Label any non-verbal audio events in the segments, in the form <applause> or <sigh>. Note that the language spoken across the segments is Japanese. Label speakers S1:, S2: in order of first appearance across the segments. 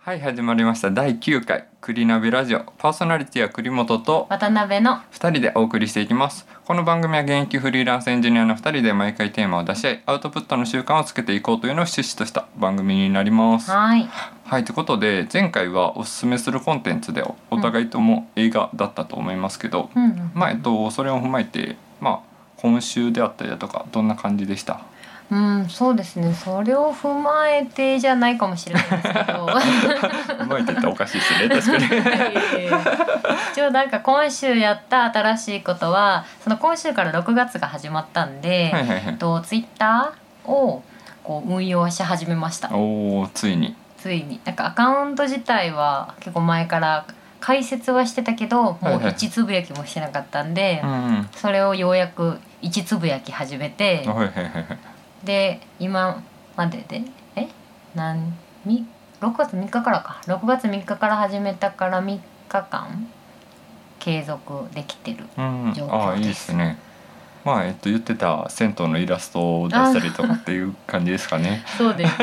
S1: はい始まりました第9回栗鍋ラジオパーソナリティは栗本と
S2: 渡辺の
S1: 2人でお送りしていきますこの番組は現役フリーランスエンジニアの2人で毎回テーマを出し合いアウトプットの習慣をつけていこうというのを趣旨とした番組になります
S2: はい
S1: はいということで前回はおすすめするコンテンツでおお互いとも映画だったと思いますけど、
S2: うんうん
S1: まあえっとそれを踏まえてまあ今週であったりだとかどんな感じでした
S2: うんそうですねそれを踏まえてじゃないかもしれないです
S1: <laughs>
S2: けど <laughs>
S1: 踏まえてったらおかしいですね確かに
S2: 一応なんか今週やった新しいことはその今週から6月が始まったんで、
S1: はいはいは
S2: えっ
S1: い
S2: とツイッターをこう運用し始めました
S1: おおついに
S2: ついになんかアカウント自体は結構前から解説はしてたけど
S1: はい
S2: もう
S1: はい
S2: 一つぶやきもしてなかったんで、
S1: うんうん
S2: それをようやく一つぶやき始めて、
S1: はいはいはいはい
S2: で今まででえ何み6月3日からか6月3日から始めたから3日間継続できてる
S1: うん
S2: 状況
S1: ああいい
S2: です
S1: ですねまあえっと言ってた銭湯のイラストを出したりとかっていう感じですかね
S2: そうです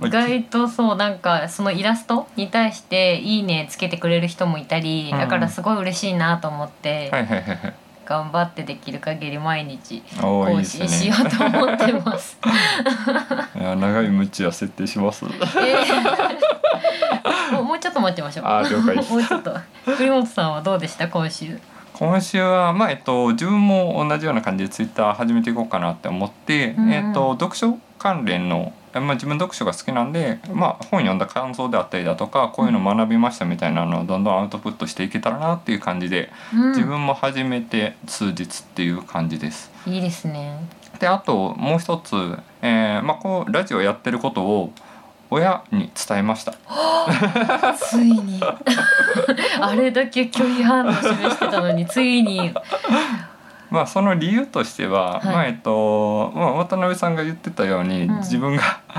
S1: まあ <laughs>
S2: 意 <laughs> 外とそうなんかそのイラストに対して「いいね」つけてくれる人もいたり
S1: うん
S2: だからすごい嬉しいなと思って、
S1: はいはいはいはい
S2: 頑張ってできる限り毎日
S1: おーいい
S2: 更
S1: です
S2: 新しよ
S1: ね
S2: うと思って <laughs> ます。
S1: いや長いムチは設定します <laughs>
S2: えー <laughs> もうもうちょっと待ってましょう。
S1: あー了解です
S2: <laughs> もうちょっと栗本さんはどうでした今週
S1: 今週はまあえっと自分も同じような感じでツイッター始めていこうかなって思って、
S2: うんうん
S1: えっと読書関連のまあ自分読書が好きなんで、まあ、本読んだ感想であったりだとかこういうの学びましたみたいなのをどんどんアウトプットしていけたらなっていう感じで、
S2: うん
S1: 自分も始めて数日っていう感じです。
S2: いいですね。
S1: であともう一つ、えーまあ、こうラジオやってることを親に伝えました
S2: ついに <laughs> あれだけ拒否反応示してたのについに
S1: まあその理由としては、
S2: はい
S1: まあえっとまあ、渡辺さんが言ってたように、
S2: うん
S1: 自分が <laughs>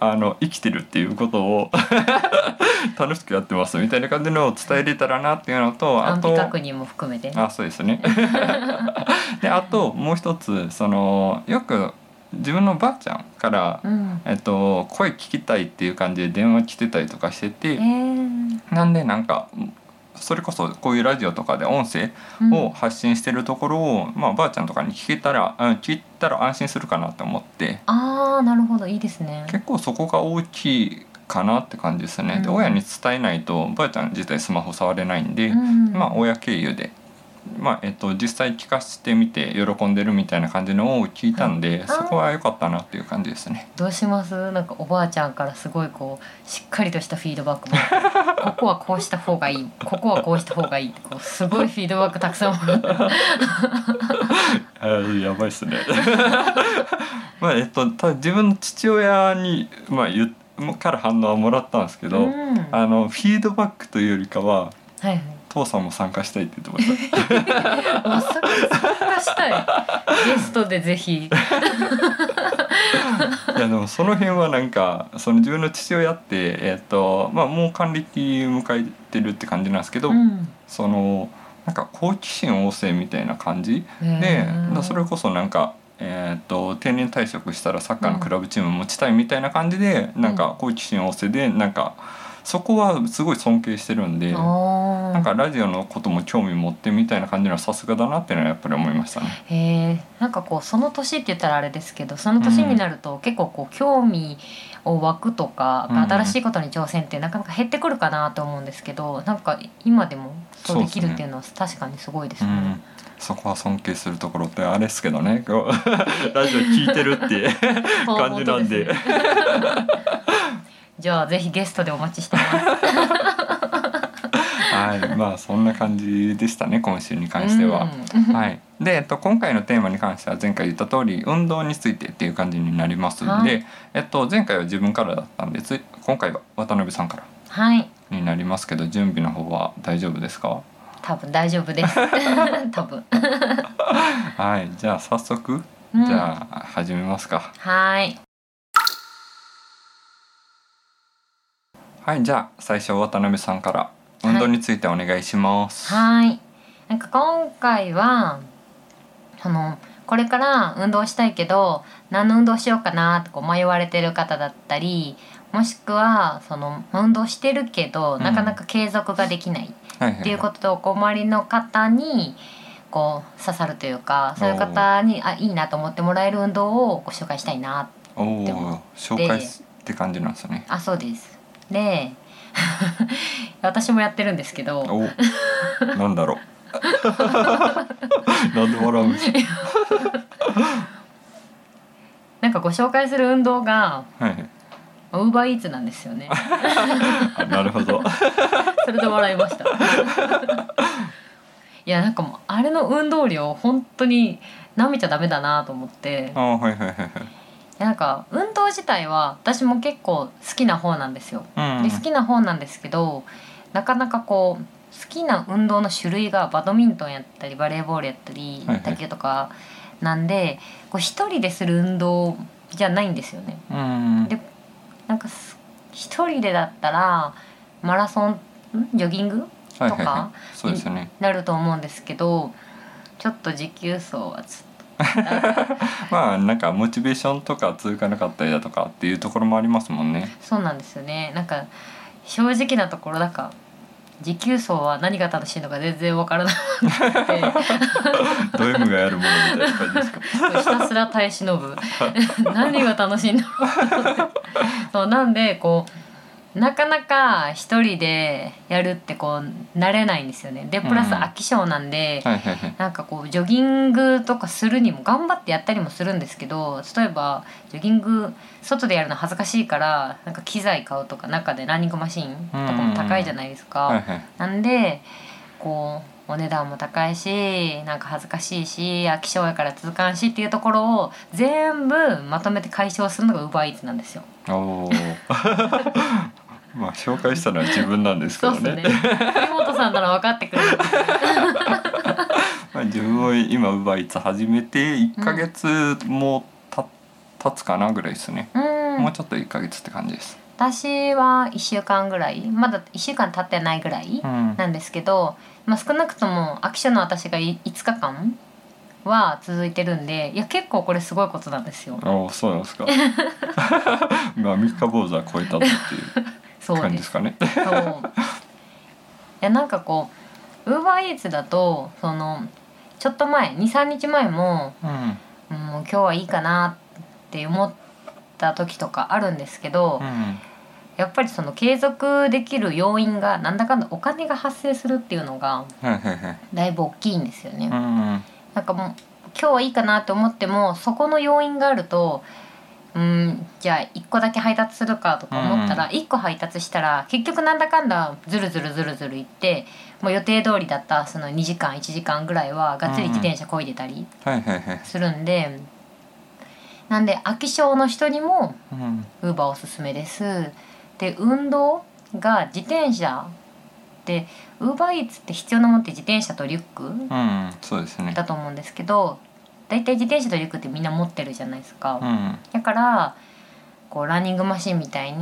S1: あの生きてるっていうことを <laughs> 楽しくやってますみたいな感じのを伝えれたらなっていうのとあ
S2: 安否
S1: と
S2: 確認も含めて。
S1: あそうですね <laughs> であともう一つそのよく自分のばあちゃんから、
S2: うん。
S1: えっと、声聞きたいっていう感じで電話来てたりとかしてて、
S2: えー
S1: なんでなんかそれこそこういうラジオとかで音声
S2: うん
S1: を発信してるところを、まあ、ばあちゃんとかに聞けたら、うん、聞いたら安心するかなって思って
S2: ああなるほどいいですね。
S1: 結構そこが大きいかなって感じですね。で
S2: うん
S1: 親に伝えないとばあちゃん自体スマホ触れないんで、
S2: うん
S1: まあ、親経由で。まあえっと、実際聞かせてみて喜んでるみたいな感じのを聞いたんで、
S2: い
S1: そこは良かったなっていう感じですね。
S2: どうしますなんかおばあちゃんからすごいこうしっかりとしたフィード
S1: <laughs>
S2: バックもらってここはこうした方がいいここはこうした方がいいってこうすごいフィードバックたくさんも
S1: <laughs>
S2: らって
S1: あーやばいっすね。 <laughs> まあえっとただ自分の父親にまあ言っから反応はもらったんですけど、
S2: うんはい
S1: あのフィードバックというよりかは
S2: はい
S1: 父さんも参加したいって言ってまし
S2: まさか参加したいゲストでぜひ <laughs>
S1: た。いやでもその辺はなんかその自分の父親ってえっとまあもう還暦迎えてるって感じなんですけど、
S2: うん
S1: <laughs> そのなんか好奇心旺盛みたいな感じで、
S2: ねえ
S1: だそれこそなんか。えっと定年退職したらサッカーのクラブチーム持ちたいみたいな感じで、なんか好奇心旺盛でなんかそこはすごい尊敬してるんで、
S2: あ
S1: なん
S2: ー
S1: かラジオのことも興味持ってみたいな感じのはさすがだなっていうのはやっぱり思いましたね。
S2: へえなんかこうその年って言ったらあれですけどその年になると結構こう興味を湧くとか、
S1: うん
S2: 新しいことに挑戦ってなかなか減ってくるかなと思うんですけどなんか今でもそうできるっていうのは確かにすごいです
S1: う
S2: ね。
S1: ん、そこは尊敬するところってあれですけどね <laughs> こうラジオ聞いてるって
S2: <laughs>
S1: 感じなんで
S2: そういうことすねじゃあぜひゲストでお待ちしてます。
S1: はいまあそんな感じでしたね今週に関しては。
S2: <laughs>
S1: はい、で、えっと、今回のテーマに関しては前回言った通り運動についてっていう感じになりますんで、
S2: はい
S1: えっと、前回は自分からだったんでつ今回は渡辺さんから
S2: うん。はい。
S1: になりますけど準備の方は大丈夫ですか
S2: 多分大丈夫
S1: <laughs>
S2: です。多分。
S1: はいじゃあ早速
S2: うん
S1: じゃあ始めますか。
S2: はい。
S1: はいじゃあ最初渡辺さんから運動についてお願いします。
S2: はい。なんか今回はあのこれから運動したいけど何の運動しようかなとこう迷われてる方だったりもしくはその運動してるけど、
S1: うん
S2: なかなか継続ができない
S1: はいはい
S2: っていうことでお困りの方にこう刺さるというかそういう方にあいいなと思ってもらえる運動をご紹介したいな
S1: おお
S2: で
S1: ー紹介すって感じなんですね
S2: あそうです。で <laughs> 私もやってるんですけど
S1: おなんだろ
S2: <laughs>
S1: うなんで笑うんですか
S2: なんかご紹介する運動が
S1: はいはい
S2: ウーバーイーツなんですよね。
S1: あなるほど
S2: それで笑い
S1: <laughs>
S2: ました。いやなんかもうあれの運動量本当に舐めちゃダメだなと思って
S1: あはいはいはいはい
S2: なんか運動自体は私も結構好きな方なんですよ。
S1: うん
S2: で好きな方なんですけどなかなかこう好きな運動の種類がバドミントンやったりバレーボールやったり
S1: はいはい
S2: 卓球とかなんでこう一人でする運動じゃないんですよね。
S1: うん
S2: でなんかす一人でだったらマラソンんジョギング
S1: はい
S2: と
S1: はい
S2: か
S1: はいそうですよね
S2: なると思うんですけどちょっと持久走はちょっと
S1: まあなんかモチベーションとか続かなかったりだとかっていうところもありますもんね
S2: <laughs> そうなんですよねなんか正直なところなんか持久走は何が楽しいのか全然わからなくて
S1: ド M がやるものみたいな感じですか
S2: ひたすら耐え忍ぶ <laughs> 何が楽しいんだろうそうなんでこうなかなか一人でやるってこう慣れないんですよねでプラス
S1: うん
S2: 飽き性なんで、
S1: はいはいはい
S2: なんかこうジョギングとかするにも頑張ってやったりもするんですけど例えばジョギング外でやるの恥ずかしいからなんか機材買うとか中でランニングマシーンとかも高いじゃないですか。
S1: はいはい
S2: なんでこうお値段も高いしなんか恥ずかしいし飽き性やから続かんしっていうところを全部まとめて解消するのが UberEats なんですよ。
S1: おお <laughs> まあ紹介したのは自分なんですけ
S2: そ
S1: ど
S2: うっす
S1: ね
S2: ね。森本さんなら分かってく
S1: <laughs>
S2: れる。
S1: まあ、自分は今ウーバーイーツ始めて1ヶ月もた、経つかなぐらいですね、
S2: うん
S1: もうちょっと1ヶ月って感じです、
S2: 私は1週間ぐらいまだ1週間経ってないぐらい
S1: うん、
S2: なんですけど、まあ、少なくとも飽き性の私がい5日間は続いてるんでいや結構これすごいことなんですよ。
S1: おーそうなんです
S2: <laughs>
S1: かまあ三日坊主は超えたっていう
S2: そう
S1: 感じで
S2: で
S1: すすかね
S2: そう <laughs> いやなんかこうウーバーイーツだとそのちょっと前23日前も、
S1: うん
S2: うん、もう今日はいいかなって思った時とかあるんですけど、
S1: うん
S2: やっぱりその継続できる要因がなんだかんだお金が発生するっていうのが
S1: はいはいはい
S2: だいぶ大きいんですよね。
S1: うん
S2: なんかもう今日はいいかなと思ってもそこの要因があるとうんじゃあ1個だけ配達するかとか思ったら、1個配達したら結局なんだかんだずるずるずるずるいってもう予定通りだったその2時間1時間ぐらいはがっつり自転車こいでたり
S1: はいはいはい
S2: するんで、なんで飽き性の人にも
S1: うん
S2: ウーバーおすすめです。で運動が自転車でウーバーイーツって必要なもんって自転車とリュック
S1: うんそうですね
S2: だと思うんですけど大体自転車とリュックってみんな持ってるじゃないですか、
S1: うん
S2: だからこうランニングマシンみたいに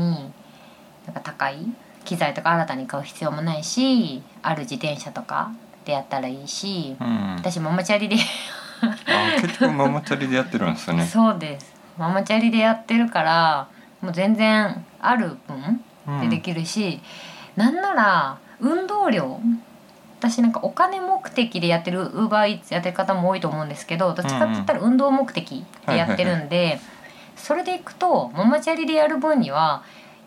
S2: なんか高い機材とか新たに買う必要もないしある自転車とかでやったらいいし
S1: うん
S2: 私ママチャリで、
S1: あ結構ママチャリでやってるんですよね
S2: そうですママチャリでやってるからもう全然ある分
S1: うん
S2: でできるし、なんなら運動量私なんかお金目的でやってるウーバーイーツやってる方も多いと思うんですけどどっちかって言ったら運動目的でやってるんで、それでいくとママチャリでやる分には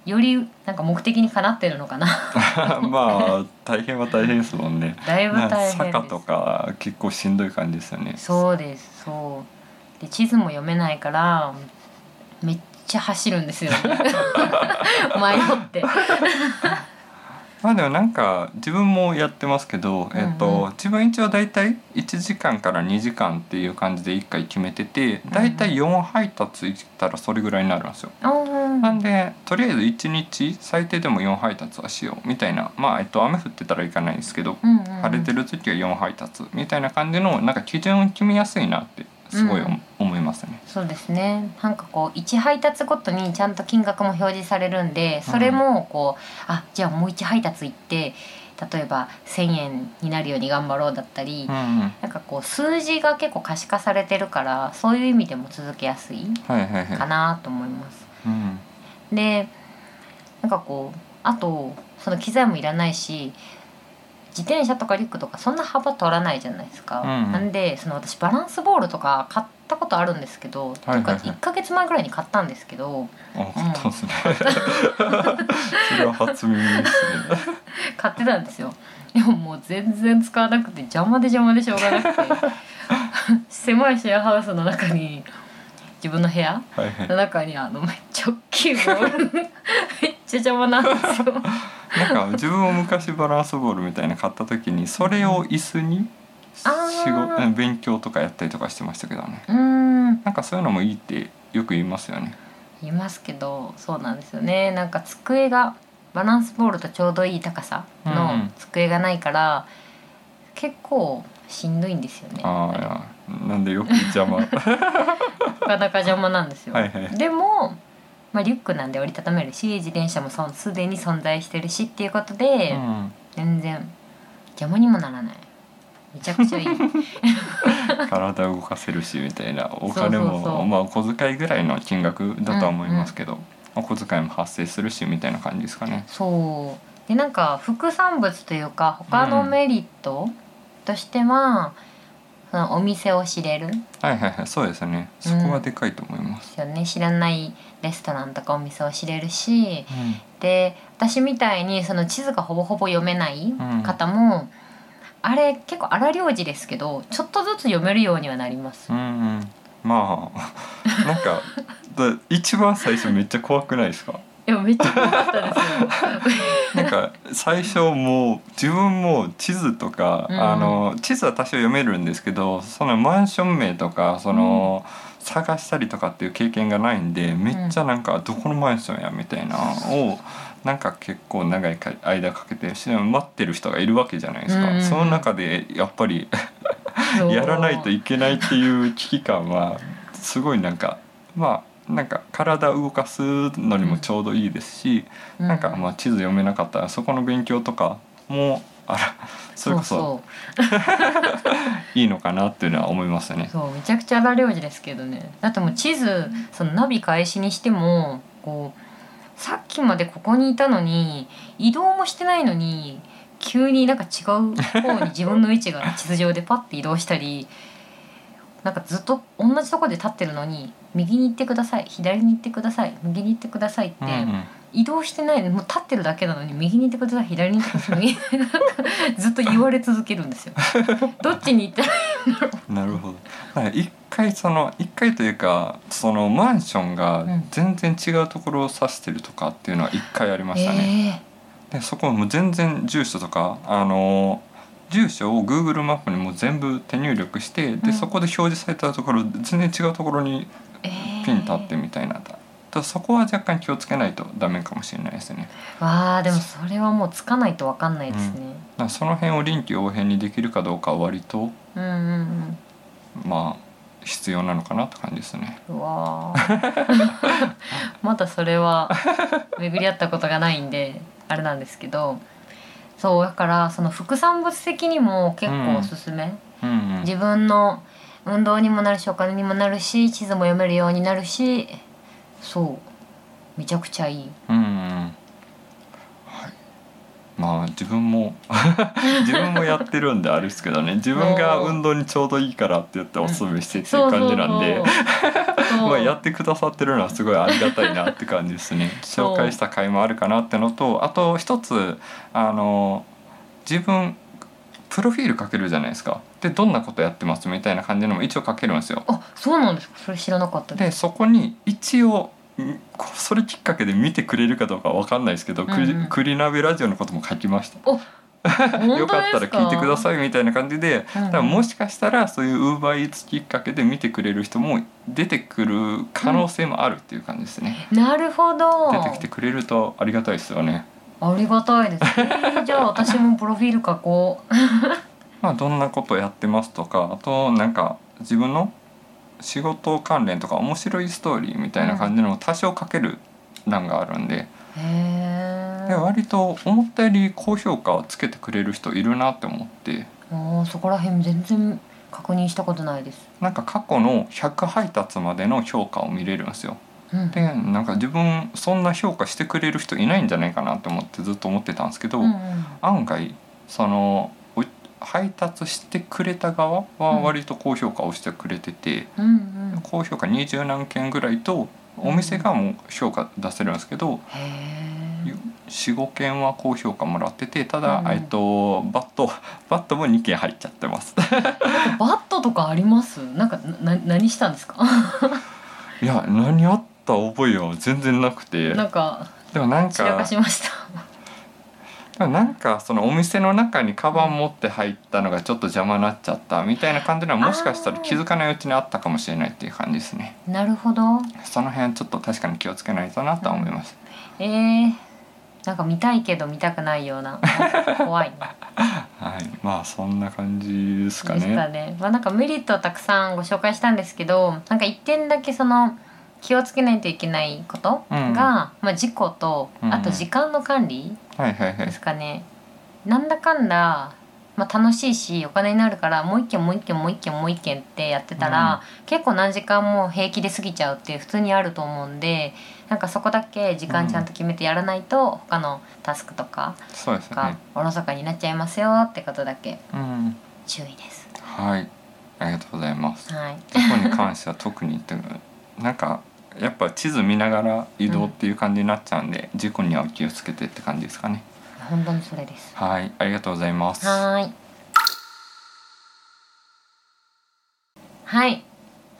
S2: よりなんか目的にかなってるのか
S1: <laughs>
S2: な
S1: まあ大変は大変ですもんね
S2: だいぶ
S1: なんか
S2: 大変
S1: 坂
S2: で
S1: と
S2: す
S1: か結構しんどい感じですよね
S2: そうですそうで地図も読めないからめっちゃ走る
S1: <laughs>
S2: んですよ、ね、 <laughs> 迷って
S1: まあでもなんか自分もやってますけど、えっ
S2: うん
S1: と自分一応大体1時間から2時間っていう感じで1回決めてて大体4配達行ったらそれぐらいになるんですよ。
S2: あー
S1: なんでとりあえず1日最低でも4配達はしようみたいなまあえっと雨降ってたら行かないんですけど
S2: うんうん
S1: 晴れてる時は4配達みたいな感じのなんか基準を決めやすいなってすごい思思いますね。
S2: そうですねなんかこう1配達ごとにちゃんと金額も表示されるんでそれもこう、あじゃあもう1配達行って例えば1,000円になるように頑張ろうだったり、
S1: うん、はい
S2: なんかこう数字が結構可視化されてるからそういう意味でも続けやすい
S1: はいはい。
S2: かなと思います。
S1: うん
S2: でなんかこうあとその機材もいらないし自転車とかリュックとかそんな幅取らないじゃないですか、
S1: うんうん
S2: なんでその私バランスボールとか買ったことあるんですけど、
S1: はいはいはい
S2: というか1ヶ月前ぐらいに買ったんですけど
S1: あ買ったんですね。 <laughs> それは初耳ですね。
S2: 買ってたんですよでももう全然使わなくて邪魔で邪魔でしょうがな
S1: <laughs>
S2: くて狭いシェアハウスの中に自分の部屋
S1: はいはい。
S2: の中にあのめっちゃ大きいボールめっちゃ邪魔なんです
S1: <laughs>
S2: よ
S1: なんか自分も昔バランスボールみたいなの買った時にそれを椅子に仕
S2: あー
S1: 事うん勉強とかやったりとかしてましたけどね。
S2: うーん
S1: なんかそういうのもいいってよく言いますよね。
S2: いますけどそうなんですよねなんか机がバランスボールとちょうどいい高さ
S1: うんう
S2: の
S1: ん
S2: 机がないから、結構しんどいんですよね
S1: ああいやなんでよく邪
S2: <laughs>
S1: 魔。は
S2: なかなか邪魔なんですよ、
S1: はいはい
S2: でも、まあ、リュックなんで折りたためるし自転車もそんすでに存在してるしっていうことで、
S1: うん
S2: 全然邪魔にもならないめちゃ
S1: <laughs>
S2: くちゃいい
S1: 体動かせるしみたいなお
S2: そうそう
S1: 金も
S2: そう
S1: まあお小遣いぐらいの金額だとは思いますけど、お小遣いも発生するしみたいな感じですかね。
S2: そうでなんか副産物というか他のメリットとしては、そのお店を知れる
S1: はいはいはいそうですね。そこはでかいと思います。
S2: ですよね知らないレストランとかお店を知れるし
S1: うん
S2: で私みたいにその地図がほぼほぼ読めな
S1: う
S2: い
S1: ん
S2: 方も、あれ結構荒領事ですけどちょっとずつ読めるようにはなります
S1: う。んうん、まあ <laughs> なん
S2: <laughs>
S1: かだ一番最初めっちゃ怖くないですか
S2: いやめっちゃ怖かったですよ。
S1: なんか最初もう自分も地図とか、
S2: うん
S1: あの地図は多少読めるんですけどそのマンション名とかその、探したりとかっていう経験がないんでめっちゃなんかどこのマンションやみたいなのをなんか結構長いか間かけてしかも待ってる人がいるわけじゃないですか、
S2: うん
S1: その中でやっぱり
S2: そう
S1: <laughs> やらないといけないっていう危機感はすごいなんかまあなんか体を動かすのにもちょうどいいですし、
S2: うん
S1: なんかまあ地図読めなかったらそこの勉強とかもあらそれこそ
S2: そう
S1: いいのかなっていうのは思いますね。
S2: そうそうめちゃくちゃ荒領事ですけどねだってもう地図そのナビ開始にしてもこうさっきまでここにいたのに移動もしてないのに急になんか違う方に自分の位
S1: <laughs>
S2: 置が地図上でパッて移動したりなんかずっと同じとこで立ってるのに右に行ってください左に行ってください右に行ってくださいって、
S1: うんうん
S2: 移動してないもう立ってるだけなのに右に行ってください左に行ってくださいなんかずっと言われ続ける
S1: <laughs>
S2: んですよ。どっちに行ったら
S1: なるほど。だから一回その一回というかそのマンションが全然違うところを指してるとかっていうのは一回ありましたね。でそこはもう全然住所とかあの住所を Google マップにもう全部手入力して、
S2: う
S1: で
S2: ん
S1: そこで表示されたところ全然違うところに
S2: えー
S1: ピン立ってみたいな、だだそこは若干気をつけないとダメかもしれないですね
S2: わあでもそれはもうつかないとわかんないですね。
S1: だからその辺を臨機応変にできるかどうかは割と
S2: うんうん
S1: まあ必要なのかなって感じですね
S2: うん。うわあ。 <laughs> まだそれは巡り合ったことがないんであれなんですけど。そうだからその副産物的にも結構おすすめ、
S1: うんうん
S2: 自分の運動にもなるしお金にもなるし地図も読めるようになるしそうめちゃくちゃいい
S1: うんうんはいまあ自分も <laughs> 自分もやってるんであれですけどね自分が運動にちょうどいいからって言っておすすめしてっていう感じなんで
S2: そうそうそ
S1: <laughs>
S2: う
S1: まあやってくださってるのはすごいありがたいなって感じですね
S2: <laughs> そう
S1: 紹介した回もあるかなってのとあと一つあの自分プロフィール書けるじゃないですかでどんなことやってますみたいな感じのも一応書けるんですよ
S2: あそうなんですかそれ知らなかった
S1: で
S2: です
S1: そこに一応んこそれきっかけで見てくれるかどうかわかんないですけど、クリ
S2: うんうん
S1: クリナベラジオのことも書きました
S2: 本当で
S1: <laughs>
S2: す
S1: よかったら聞いてくださいみたいな感じで、
S2: うん
S1: だからもしかしたらそういうウーバーイーツきっかけで見てくれる人も出てくる可能性もあるっていう感じですね、
S2: なるほど
S1: 出てきてくれるとありがたいですよね
S2: ありがたい
S1: <laughs>
S2: です、えーじゃあ私もプロフィール書こう
S1: まあどんなことやってますとかあとなんか自分の仕事関連とか面白いストーリーみたいな感じのを多少書ける欄があるんで
S2: へえ
S1: で割と思ったより高評価をつけてくれる人いるなって思って
S2: あーそこら辺全然確認したことないです
S1: なんか過去の100配達までの評価を見れるんですよ
S2: うん
S1: でなんか自分そんな評価してくれる人いないんじゃないかなと思ってずっと思ってたんですけど、
S2: うんうん
S1: 案外そのお配達してくれた側は割と高評価をしてくれてて、
S2: うんうん
S1: 高評価20何件ぐらいとお店がもう評価出せるんですけど
S2: へえ
S1: 45件は高評価もらっててただ、
S2: うん
S1: えっとバットバットも2件入っちゃってます
S2: バットとかありますなんかなな何したんですか
S1: いや何あった覚えは全然なくて
S2: なんか
S1: でもなん
S2: 散ら
S1: か
S2: かしました
S1: <laughs> でもなんかそのお店の中にカバン持って入ったのがちょっと邪魔になっちゃったみたいな感じのはもしかしたら気づかないうちにあったかもしれないっていう感じですね
S2: なるほど
S1: その辺ちょっと確かに気をつけないとなとは思います、
S2: えー、なんか見たいけど見たくないような怖いね
S1: はいまあそんな感じですか
S2: でした
S1: ね
S2: ね。まあなんかメリットをたくさんご紹介したんですけど、なんか一点だけその気をつけないといけないことが、
S1: うん
S2: まあ事故と
S1: うん
S2: あと時間の管理
S1: はいはいは
S2: で
S1: い
S2: すかね。なんだかんだ。まあ、楽しいしお金になるからもう一件もう一件もう一件もう一件ってやってたら、結構何時間も平気で過ぎちゃうって普通にあると思うんでなんかそこだけ時間ちゃんと決めてやらないと、他のタスクとか
S1: そうです
S2: が
S1: ね
S2: おろそかになっちゃいますよってことだけ
S1: うん
S2: 注意です。
S1: はいありがとうございます
S2: はい、
S1: そこに関しては特にっていうかなんかやっぱ地図見ながら移動っていう感じになっちゃうんで、事故には気をつけてって感じですかね
S2: 本当にそれです。
S1: はいありがとうございます
S2: はーい。はい。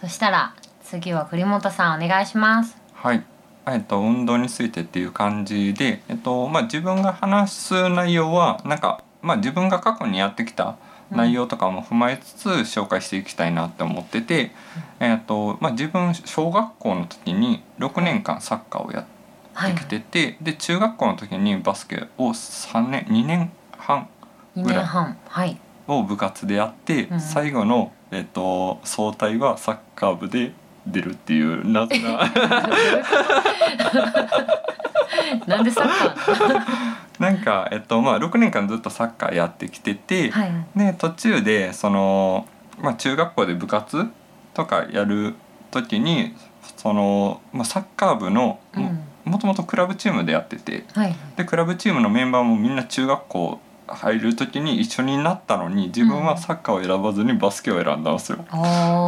S2: そしたら次は栗本さんお願いします。
S1: はい、えっと、運動についてっていう感じで、えっとまあ、自分が話す内容はなんか、まあ、自分が過去にやってきた内容とかも踏まえつつ紹介していきたいなって思ってて、えっとまあ、自分小学校の時に6年間サッカーをやっ
S2: は
S1: て
S2: い。
S1: きてて、で中学校の時にバスケを3年2年半
S2: 二年半。はい。
S1: を部活でやって、
S2: うん
S1: 最後の、えっと、総体はサッカー部で出るっていう謎な。
S2: なんでサ <laughs> ッカーなの？
S1: なんか、えっとまあ、6年間ずっとサッカーやってきてて、
S2: はい。
S1: で途中でその、まあ、中学校で部活とかやる時にその、まあ、サッカー部の
S2: う
S1: も
S2: ん。
S1: もともとクラブチームでやってて
S2: はい。
S1: でクラブチームのメンバーもみんな中学校入る時に一緒になったのに自分はサッカーを選ばずにバスケを選んだんですよ。
S2: お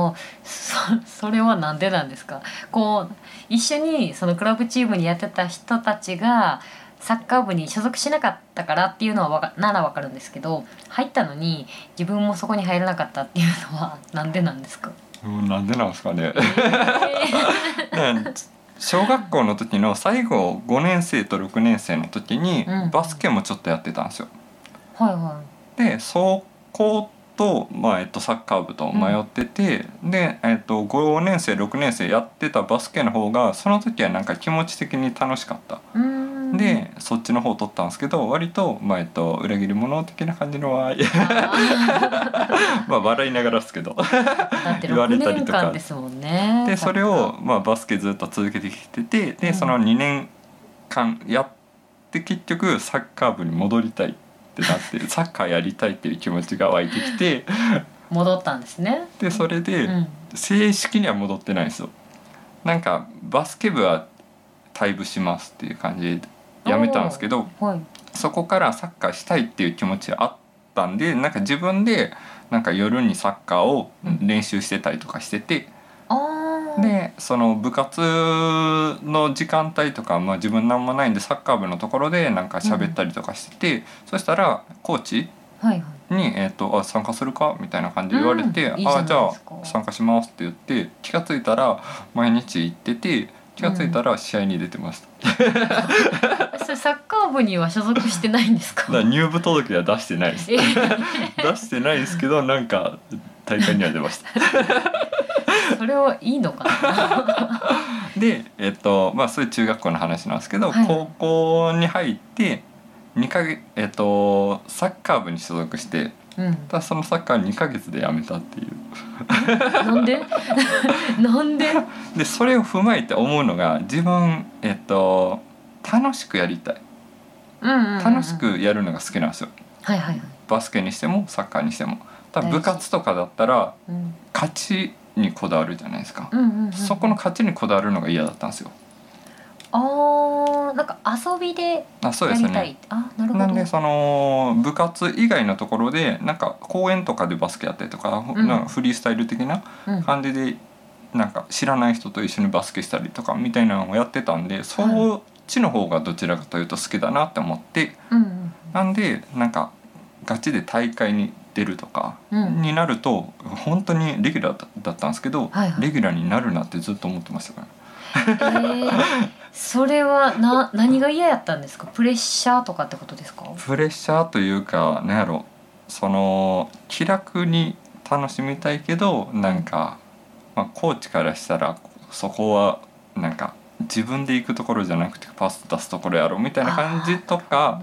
S2: お、そそれはなんでなんですか。こう一緒にそのクラブチームにやってた人たちがサッカー部に所属しなかったからっていうのはわかならわかるんですけど、入ったのに自分もそこに入らなかったっていうのはなんでなんですか。
S1: うん、なんでなんですか
S2: <laughs>
S1: ね
S2: は
S1: ね小学校の時の最後5年生と6年生の時に
S2: うん
S1: バスケもちょっとやってたんですよ。
S2: いは
S1: で走行と,、まあえっとサッカー部と迷ってて、で、えっと、5年生6年生やってたバスケの方がその時はなんか気持ち的に楽しかった、
S2: い。う <laughs> ーん。
S1: でそっちの方を取ったんですけど割と,、まあえっと、裏切り者的な感じのは <laughs>
S2: あ
S1: まあ笑いながらですけど
S2: ー。だって
S1: 言わ
S2: 六
S1: れたり
S2: 年
S1: とか
S2: 間ですもんね。
S1: でそれを、まあ、バスケずっと続けてきててでその2年間やって結局サッカー部に戻りたいってなって
S2: <laughs>
S1: サッカーやりたいっていう気持ちが湧いてきて
S2: 戻ったんですね。
S1: でそれで。
S2: うん。
S1: 正式には戻ってないんですよなんかバスケ部は退部しますっていう感じで辞めたんですけど
S2: はい。
S1: そこからサッカーしたいっていう気持ちがあったんでなんか自分でなんか夜にサッカーを練習してたりとかしてて、
S2: ああ。
S1: でその部活の時間帯とか、まあ、自分なんもないんでサッカー部のところでなんか喋ったりとかしてて、そしたらコーチ
S2: はいはい。
S1: に「えー、とあ参加するか?」みたいな感じで言われて「
S2: うんいいじゃな
S1: あ
S2: い
S1: じゃ
S2: ですか
S1: あ参加します」って言って気が付いたら毎日行ってて気が付いたら試合に出てました、
S2: それサッカー部には所属してないんですか。
S1: だから入部届は出してないです
S2: え
S1: <laughs> 出してないですけどなんか大会には出ました
S2: それはいいのかな。
S1: <laughs> でえっ、とまあそういう中学校の話なんですけど、
S2: はい
S1: 高校に入って2か月えっ、とサッカー部に所属して
S2: うん。
S1: ただそのサッカー2ヶ月で辞めたっていう
S2: なんで？ <laughs> なんで？
S1: でそれを踏まえて思うのが自分えっ、と楽しくやりたい
S2: うんうんうんうん
S1: 楽し。くやるのが好きなんですよ
S2: はいはいはい。
S1: バスケにしてもサッカーにしても多分
S2: 大事
S1: 部活とかだったら
S2: うん。
S1: 勝ちにこだわるじゃないですか、
S2: うんうんうん、
S1: そこの勝ちにこだわるのが嫌だったんですよ
S2: あーなんか遊びで
S1: あそう
S2: や
S1: です
S2: り
S1: よ
S2: た
S1: ね
S2: いあなるほど
S1: なんでその部活以外のところでなんか公園とかでバスケやったりとか,、
S2: うん
S1: なんかフリースタイル的な
S2: うん
S1: 感じでなんか知らない人と一緒にバスケしたりとかみたいなのをやってたんでそっちの方がどちらかというと好きだなって思って
S2: うん
S1: なんでなんかガチで大会に出るとか
S2: うん
S1: になると本当にレギュラーだったんですけど、
S2: はいはい
S1: レギュラーになるなってずっと思ってましたから。
S2: えー、それはな何が嫌やったんですかプレッシャーとかってことですか
S1: プレッシャーというかなんやろその気楽に楽しみたいけどなんか、まあ、コーチからしたらそこはなんか自分で行くところじゃなくてパス出すところやろみたいな感じとか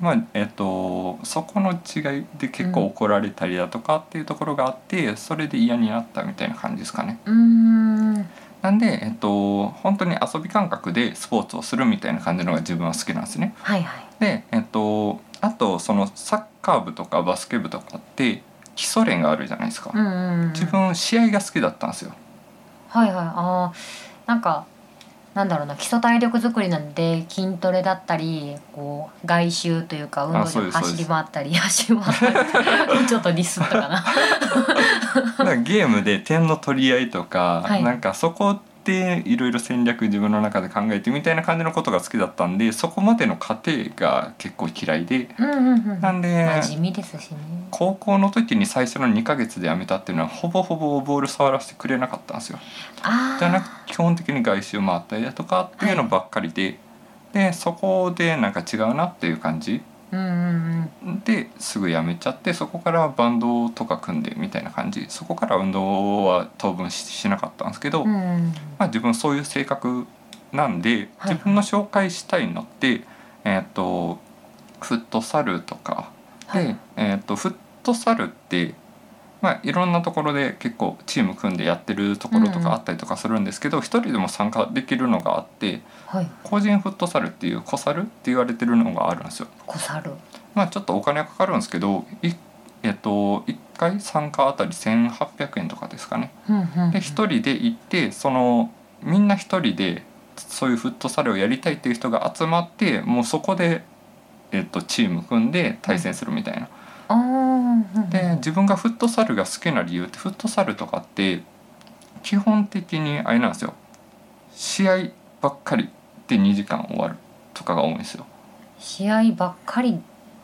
S1: まあえっと、そこの違いで結構怒られたりだとかっていうところがあって、それで嫌になったみたいな感じですかね。
S2: うーんうん
S1: なんで、えっと、本当に遊び感覚でスポーツをするみたいな感じのが自分は好きなんですね。
S2: はいはい
S1: で、えっと、あとそのサッカー部とかバスケ部とかって基礎練があるじゃないですか、
S2: うんうんうん
S1: 自分試合が好きだったんですよ
S2: はいはいあーなんかなんだろうな基礎体力作りなんで筋トレだったりこう外周というか運動
S1: あそう
S2: で
S1: ですそうです
S2: 走り回ったり走り回ったり <laughs> ちょっとディスったか
S1: <laughs>
S2: な。
S1: だ
S2: <laughs>
S1: からゲームで点の取り合いとか、
S2: はい
S1: なんかそこっていろいろ戦略自分の中で考えてみたいな感じのことが好きだったんでそこまでの過程が結構嫌いで
S2: うんうんうん、
S1: なんで
S2: まあ地味ですしね。
S1: 高校の時に最初の2ヶ月で辞めたっていうのはほぼほぼボール触らせてくれなかったんですよ
S2: あ
S1: じゃなく
S2: あ
S1: 基本的に外周回ったりだとかっていうのばっかりで、でそこでなんか違うなっていう感じ
S2: うんうん
S1: ですぐ辞めちゃってそこからバンドとか組んでみたいな感じそこから運動は当分ししなかったんですけど、
S2: うんうんうん
S1: まあ、自分そういう性格なんで
S2: はい
S1: 自分の紹介したいのって、えーっ、とフットサルとかで、
S2: はい
S1: えーっ、とフットサルってまあいろんなところで結構チーム組んでやってるところと
S2: うんうん
S1: かあったりとかするんですけど一、人でも参加できるのがあって
S2: はい
S1: 個人フットサルっていう小サルって言われてるのがあるんですよ。
S2: 小猿
S1: まあちょっとお金はかかるんですけどいえっと、1回参加あたり1,800円とかですかね。
S2: うんうんうん
S1: で1人で行ってそのみんな1人でそういうフットサルをやりたいっていう人が集まってもうそこで、えっと、チーム組んで対戦するみたいな。
S2: あーうんうん
S1: で自分がフットサルが好きな理由ってフットサルとかって基本的にあれなんですよ試合ばっかりで2時間終わるとかが多いんですよ。
S2: 試合ばっかりっ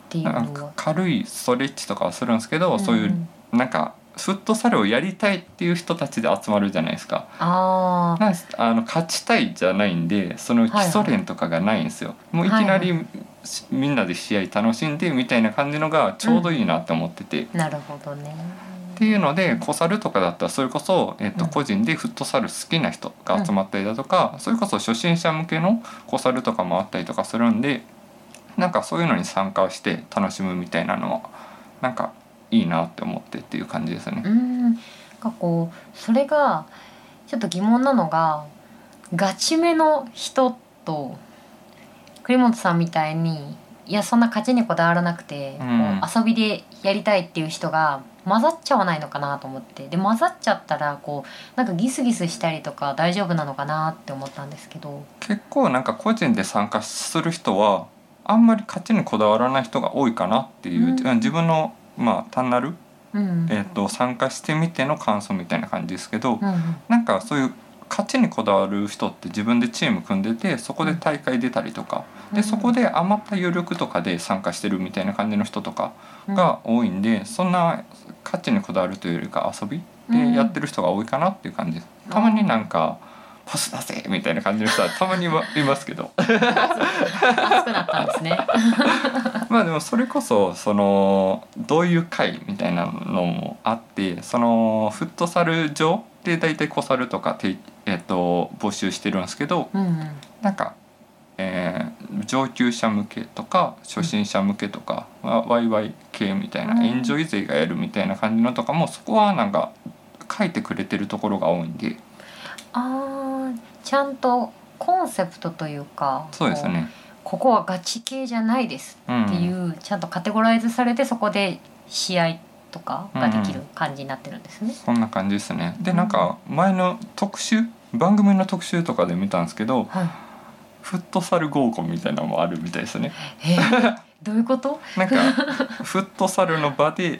S2: ていうの
S1: なんか
S2: は
S1: 軽いストレッチとかはするんですけど、そうい
S2: ん
S1: うんなんかフットサルをやりたいっていう人たちで集まるじゃないですか
S2: あー
S1: なんかあの勝ちたいじゃないんでその基礎練とかがないんですよ、もういきなり、しみんなで試合楽しんでみたいな感じのがちょうどいいなって思ってて、っ
S2: なるほどね。
S1: ていうので小サルとかだったらそれこそ、えっと
S2: うん
S1: 個人でフットサル好きな人が集まったりだとか、それこそ初心者向けの小サルとかもあったりとかするんでなんかそういうのに参加して楽しむみたいなのはなんかいいなって思ってっていう感じですね。
S2: うんなんかこうそれがちょっと疑問なのがガチめの人と栗本さんみたいにいやそんな勝ちにこだわらなくて、
S1: うん
S2: こう遊びでやりたいっていう人が混ざっちゃわないのかなと思ってで混ざっちゃったらこうなんかギスギスしたりとか大丈夫なのかなって思ったんですけど
S1: 結構なんか個人で参加する人はあんまり勝ちにこだわらない人が多いかなっていう、
S2: うん
S1: 自分のまあ単なる、
S2: うん
S1: えっと参加してみての感想みたいな感じですけど、
S2: うんうん
S1: なんかそういう勝ちにこだわる人って自分でチーム組んでてそこで大会出たりとか、
S2: うん
S1: でそこで余った余力とかで参加してるみたいな感じの人とかが多いんで、そんな価値にこだわるというよりか遊び
S2: うん
S1: でやってる人が多いかなっていう感じです。たまになんかパス出せみたいな感じの人はたまにいまいますけ <laughs> ど
S2: 熱くなったんですね。
S1: まあでもそれこそそのどういう会みたいなのもあってそのフットサル場で大体小猿とかて、えっと募集してるんですけど
S2: うんうん
S1: なんか、えー上級者向けとか初心者向けとか、わワイワイ系みたいな、
S2: うん
S1: エンジョイ勢がやるみたいな感じのとかもそこはなんか書いてくれてるところが多いんで
S2: あーちゃんとコンセプトというか
S1: そうですね。
S2: こうここはガチ系じゃないです
S1: う
S2: ってい
S1: ん
S2: う、ちゃんとカテゴライズされてそこで試合とかができる感じになってるんですね。
S1: そんな感じですね。でなんか前の特集番組の特集とかで見たんですけど、
S2: はい。
S1: フットサル合コンみたいなのもあるみたいですね。
S2: えーどういうこと？
S1: なんかフットサルの場で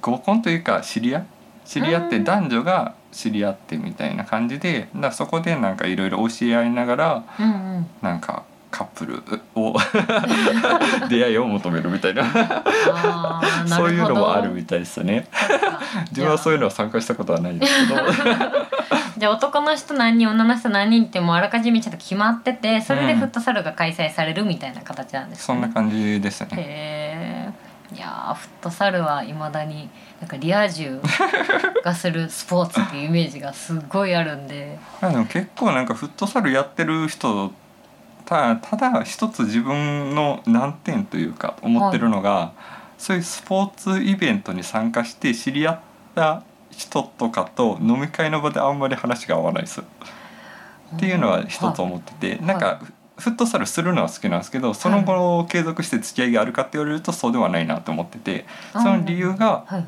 S1: 合コンというか知り合い知り合って
S2: うん
S1: 男女が知り合ってみたいな感じでだからそこでなんかいろいろ教え合いながら
S2: うんうん。
S1: なんかカップルを <laughs> 出会いを求めるみたいな
S2: あーなるほ
S1: そ
S2: ど
S1: ういうのもあるみたいですね。
S2: そっか
S1: 自分はそういうのは参加したことはないですけど
S2: <laughs> じゃあ男の人何人女の人何人ってもうあらかじめちょっと決まっててそれで
S1: うん
S2: フットサルが開催されるみたいな形なんです
S1: そんな感じですね。
S2: へえいやーフットサルはいまだになんかリア充がするスポーツっていうイメージがすごいあるんで
S1: まあでも結構なんかフットサルやってる人たただ一つ自分の難点というか思ってるのが、そういうスポーツイベントに参加して知り合った人とかと飲み会の場であんまり話が合わないですっていうのは一つ
S2: はい
S1: 思ってて、なんかフットサルするのは好きなんですけどその後継続して付き合いがあるかって言われるとそうではないなと思っててその理由が
S2: はい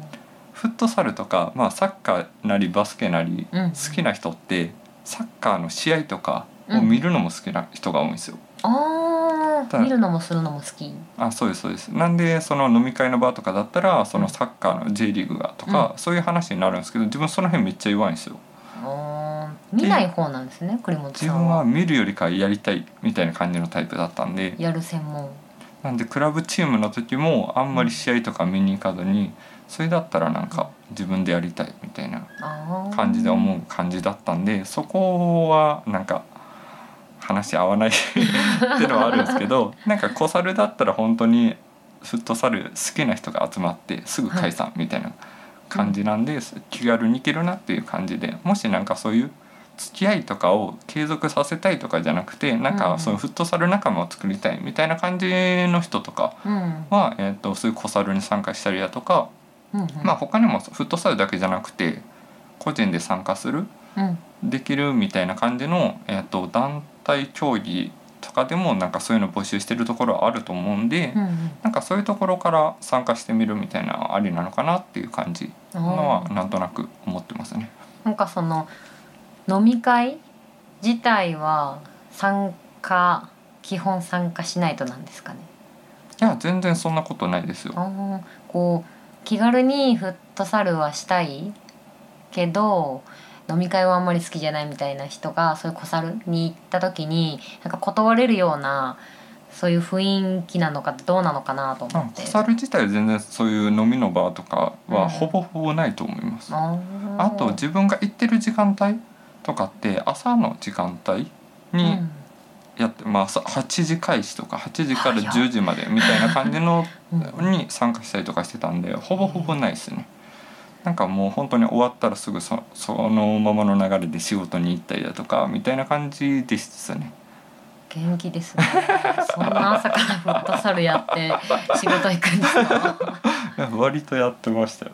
S1: フットサルとか、まあ、サッカーなりバスケなり
S2: うん
S1: 好きな人ってサッカーの試合とかを見るのも好きな人が多いんですよ。
S2: あ
S1: た
S2: あ
S1: だ
S2: 見るのもするのも好き
S1: あそうですそうですなんでその飲み会の場とかだったらそのサッカーの J リーグがとか、そういう話になるんですけど自分その辺めっちゃ弱いんですよ。
S2: あー見ない方なんですね栗本
S1: 自
S2: さん
S1: 分は
S2: は
S1: 見るよりかやりたいみたいな感じのタイプだったんで
S2: やる専門
S1: なんでクラブチームの時もあんまり試合とか見に行かずにそれだったらなんか自分でやりたいみたいな
S2: あー
S1: 感じで思う感じだったんでそこはなんか話合わ
S2: <laughs>
S1: ないってのはあるんですけどなんか小猿だったら本当にフットサル好きな人が集まってすぐ解散みたいな感じなんで、気軽に行けるなっていう感じでもしなんかそういう付き合いとかを継続させたいとかじゃなくてなん
S2: うんう
S1: か
S2: ん
S1: そのフットサル仲間を作りたいみたいな感じの人とか
S2: うん
S1: は、えー、とそういう小猿に参加したりだとか、
S2: うんうん
S1: まあ、他にもフットサルだけじゃなくて個人で参加する
S2: うん
S1: できるみたいな感じの、えー、と団体競技とかでもなんかそういうの募集してるところはあると思うんで、
S2: うんうん
S1: なんかそういうところから参加してみるみたいなのはありなのかなっていう感じ
S2: あー
S1: のはなんとなく思ってますね。
S2: なんかその飲み会自体は参加基本参加しないとなんですかね。
S1: いや全然そんなことないですよ。
S2: あーこう気軽にフットサルはしたいけど飲み会はあんまり好きじゃないみたいな人がそういう小猿に行った時になんか断れるようなそういう雰囲気なのかどうなのかなと思
S1: まあ
S2: っ、て
S1: 小。猿自体は全然そういう飲みの場とか
S2: うん
S1: はほぼほぼないと思います。
S2: あー
S1: あと自分が行ってる時間帯とかって朝の時間帯に
S2: うん
S1: やって、まあ朝8時開始とか8時から
S2: 早っ
S1: 10時までみたいな感じの
S2: うん
S1: に参加したりとかしてたんでほぼほぼないですね。なんかもう本当に終わったらすぐそそのままの流れで仕事に行ったりだとかみたいな感じでしたね。 <laughs>
S2: 元気ですね。そんな朝からフットサルやって仕事行くんですか。
S1: 割とやってました
S2: <laughs>
S1: よ。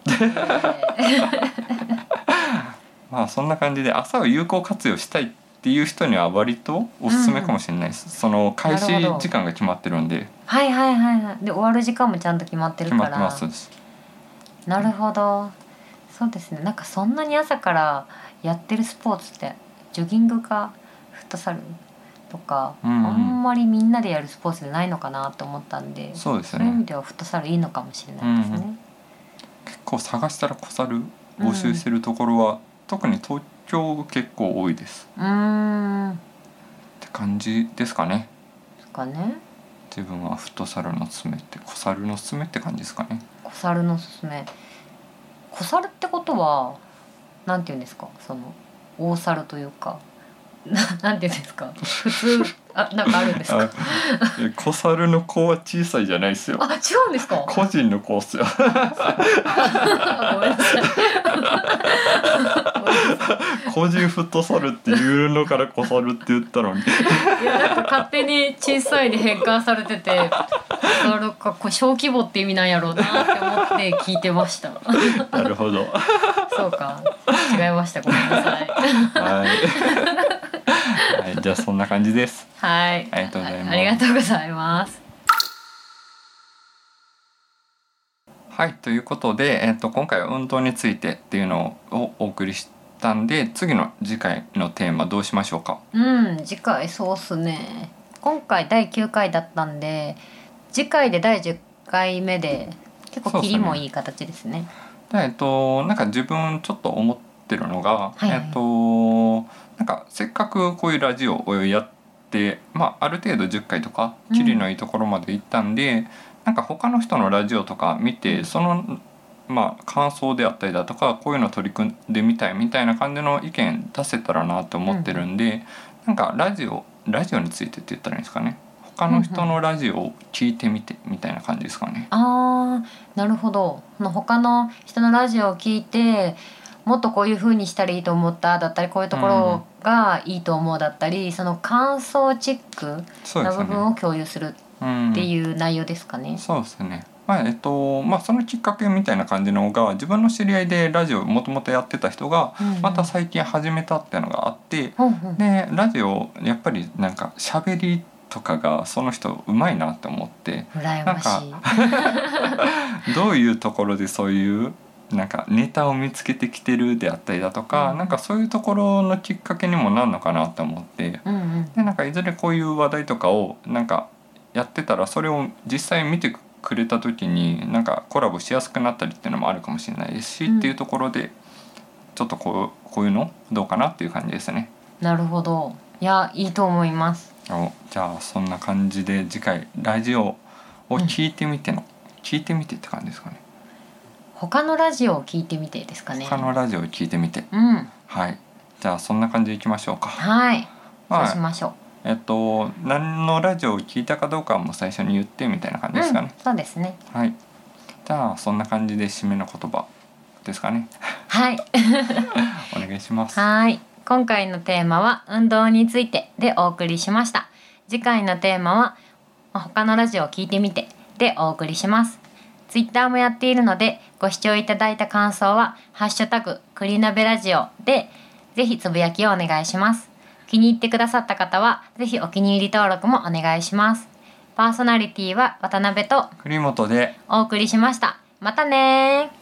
S1: まあそんな感じで朝を有効活用したいっていう人には割とおすすめかもしれないです。その開始
S2: なるほど
S1: 時間が決まってるんで
S2: はいはいはいはい。で終わる時間もちゃんと決まってる
S1: 決ま
S2: か
S1: って
S2: ら。
S1: ます。
S2: なるほど。そうですね。なんかそんなに朝からやってるスポーツってジョギングかフットサルとか、
S1: うんうん
S2: あんまりみんなでやるスポーツでないのかなと思ったんで、
S1: そうです
S2: そ
S1: よ
S2: ういう意味
S1: ね。
S2: ではフットサルいいのかもしれないですね。
S1: うん結構探したら小猿募集してるところは、特に東京結構多いです
S2: うーん。
S1: って感じですかね。
S2: ですかね。
S1: 自分はフットサルのすめって小猿のすすめって感じですかね
S2: 小猿のすすめ小猿ってことはなんて言うんですかその大猿というか <laughs> ななんて言うんですか普通あなんかあるんですか
S1: いや小猿の子は小さいじゃないですよ
S2: あ違うんで
S1: <laughs>
S2: すか
S1: 個人の子っすよ
S2: ごめんなさい
S1: 個人フットサルって言うのから小猿って言ったのに
S2: いやなんか勝手に小さいで変換されて
S1: <laughs>
S2: て小猿かこう小規模って意味なんやろうなって思って聞いて
S1: <laughs>
S2: ました
S1: なるほど
S2: そうか違いましたごめん
S1: <laughs>
S2: なさい
S1: はい、はい、じゃあそんな感じです
S2: はい
S1: ありがとうございます
S2: ありがとうございます
S1: はいということで、えっと今回は運動についてっていうのをお送りしたんで次の次回のテーマどうしましょうか
S2: うん次回そうっすね今回第9回だったんで次回で第10回目で結構切りもいい形ですね
S1: でえっとなんか自分ちょっと思ってるのが、
S2: はいはい
S1: えっとなんかせっかくこういうラジオをやって、まあ、ある程度10回とか
S2: うん
S1: キリのいいところまで行ったんで、なんか他の人のラジオとか見てその、まあ、感想であったりだとかこういうの取り組んでみたいみたいな感じの意見出せたらなと思ってるんで、なんかラジオラジオについてって言ったらいいんですかね他の人のラジオを聞いてみてみたいな感じですかね。
S2: あーなるほどその他の人のラジオを聞いてもっとこういう風にしたらいいと思っただったりこういうところがいいと思うだったり、その感想チェッ
S1: そ
S2: ク
S1: うで
S2: な
S1: す
S2: 部
S1: ね
S2: 分を共有する
S1: うん
S2: っていう内容ですかね。
S1: そうですね。まあえっとまあ、そのきっかけみたいな感じの方が自分の知り合いでラジオもともとやってた人が
S2: うんうん
S1: また最近始めたっていうのがあって
S2: うんうん
S1: でラジオやっぱりなんか喋りとかがその人うまいなって思って
S2: 羨ましい。
S1: どういうところでそういうなんかネタを見つけてきてるであったりだとか、
S2: うん
S1: なんかそういうところのきっかけにもなるのかなと思って
S2: うんうん
S1: でなんかいずれこういう話題とかをなんかやってたらそれを実際見てくれた時になんかコラボしやすくなったりっていうのもあるかもしれないですし、
S2: うん
S1: っていうところでちょっとこうこういうのどうかなっていう感じですね。
S2: なるほど。いやいいと思います。
S1: おじゃあそんな感じで次回ラジオを聞いてみての、聞いてみてって感じですかね。
S2: 他のラジオを聞いてみてですかね。
S1: 他のラジオを聞いてみて
S2: うん
S1: はいじゃあそんな感じでいきましょうか。
S2: はい、
S1: ま
S2: そうし
S1: あ
S2: ましょ
S1: えっと何のラジオを聞いたかどうかはもう最初に言ってみたいな感
S2: う。
S1: じですかね。
S2: うん、そうですね。
S1: はい。じゃあそんな感じで締めの言葉ですかね。
S2: はい。
S1: お願いします。
S2: はい。今回のテーマは運動についてでお送りしました。次回のテーマはまあ他のラジオを聞いてみてでお送りします。ツイッターもやっているのでご視聴いただいた感想はハッシュタグクリナベラジオでぜひつぶやきをお願いします。気に入ってくださった方はぜひお気に入り登録もお願いします。パーソナリティは渡辺と
S1: 栗本で
S2: お送りしました。またねー。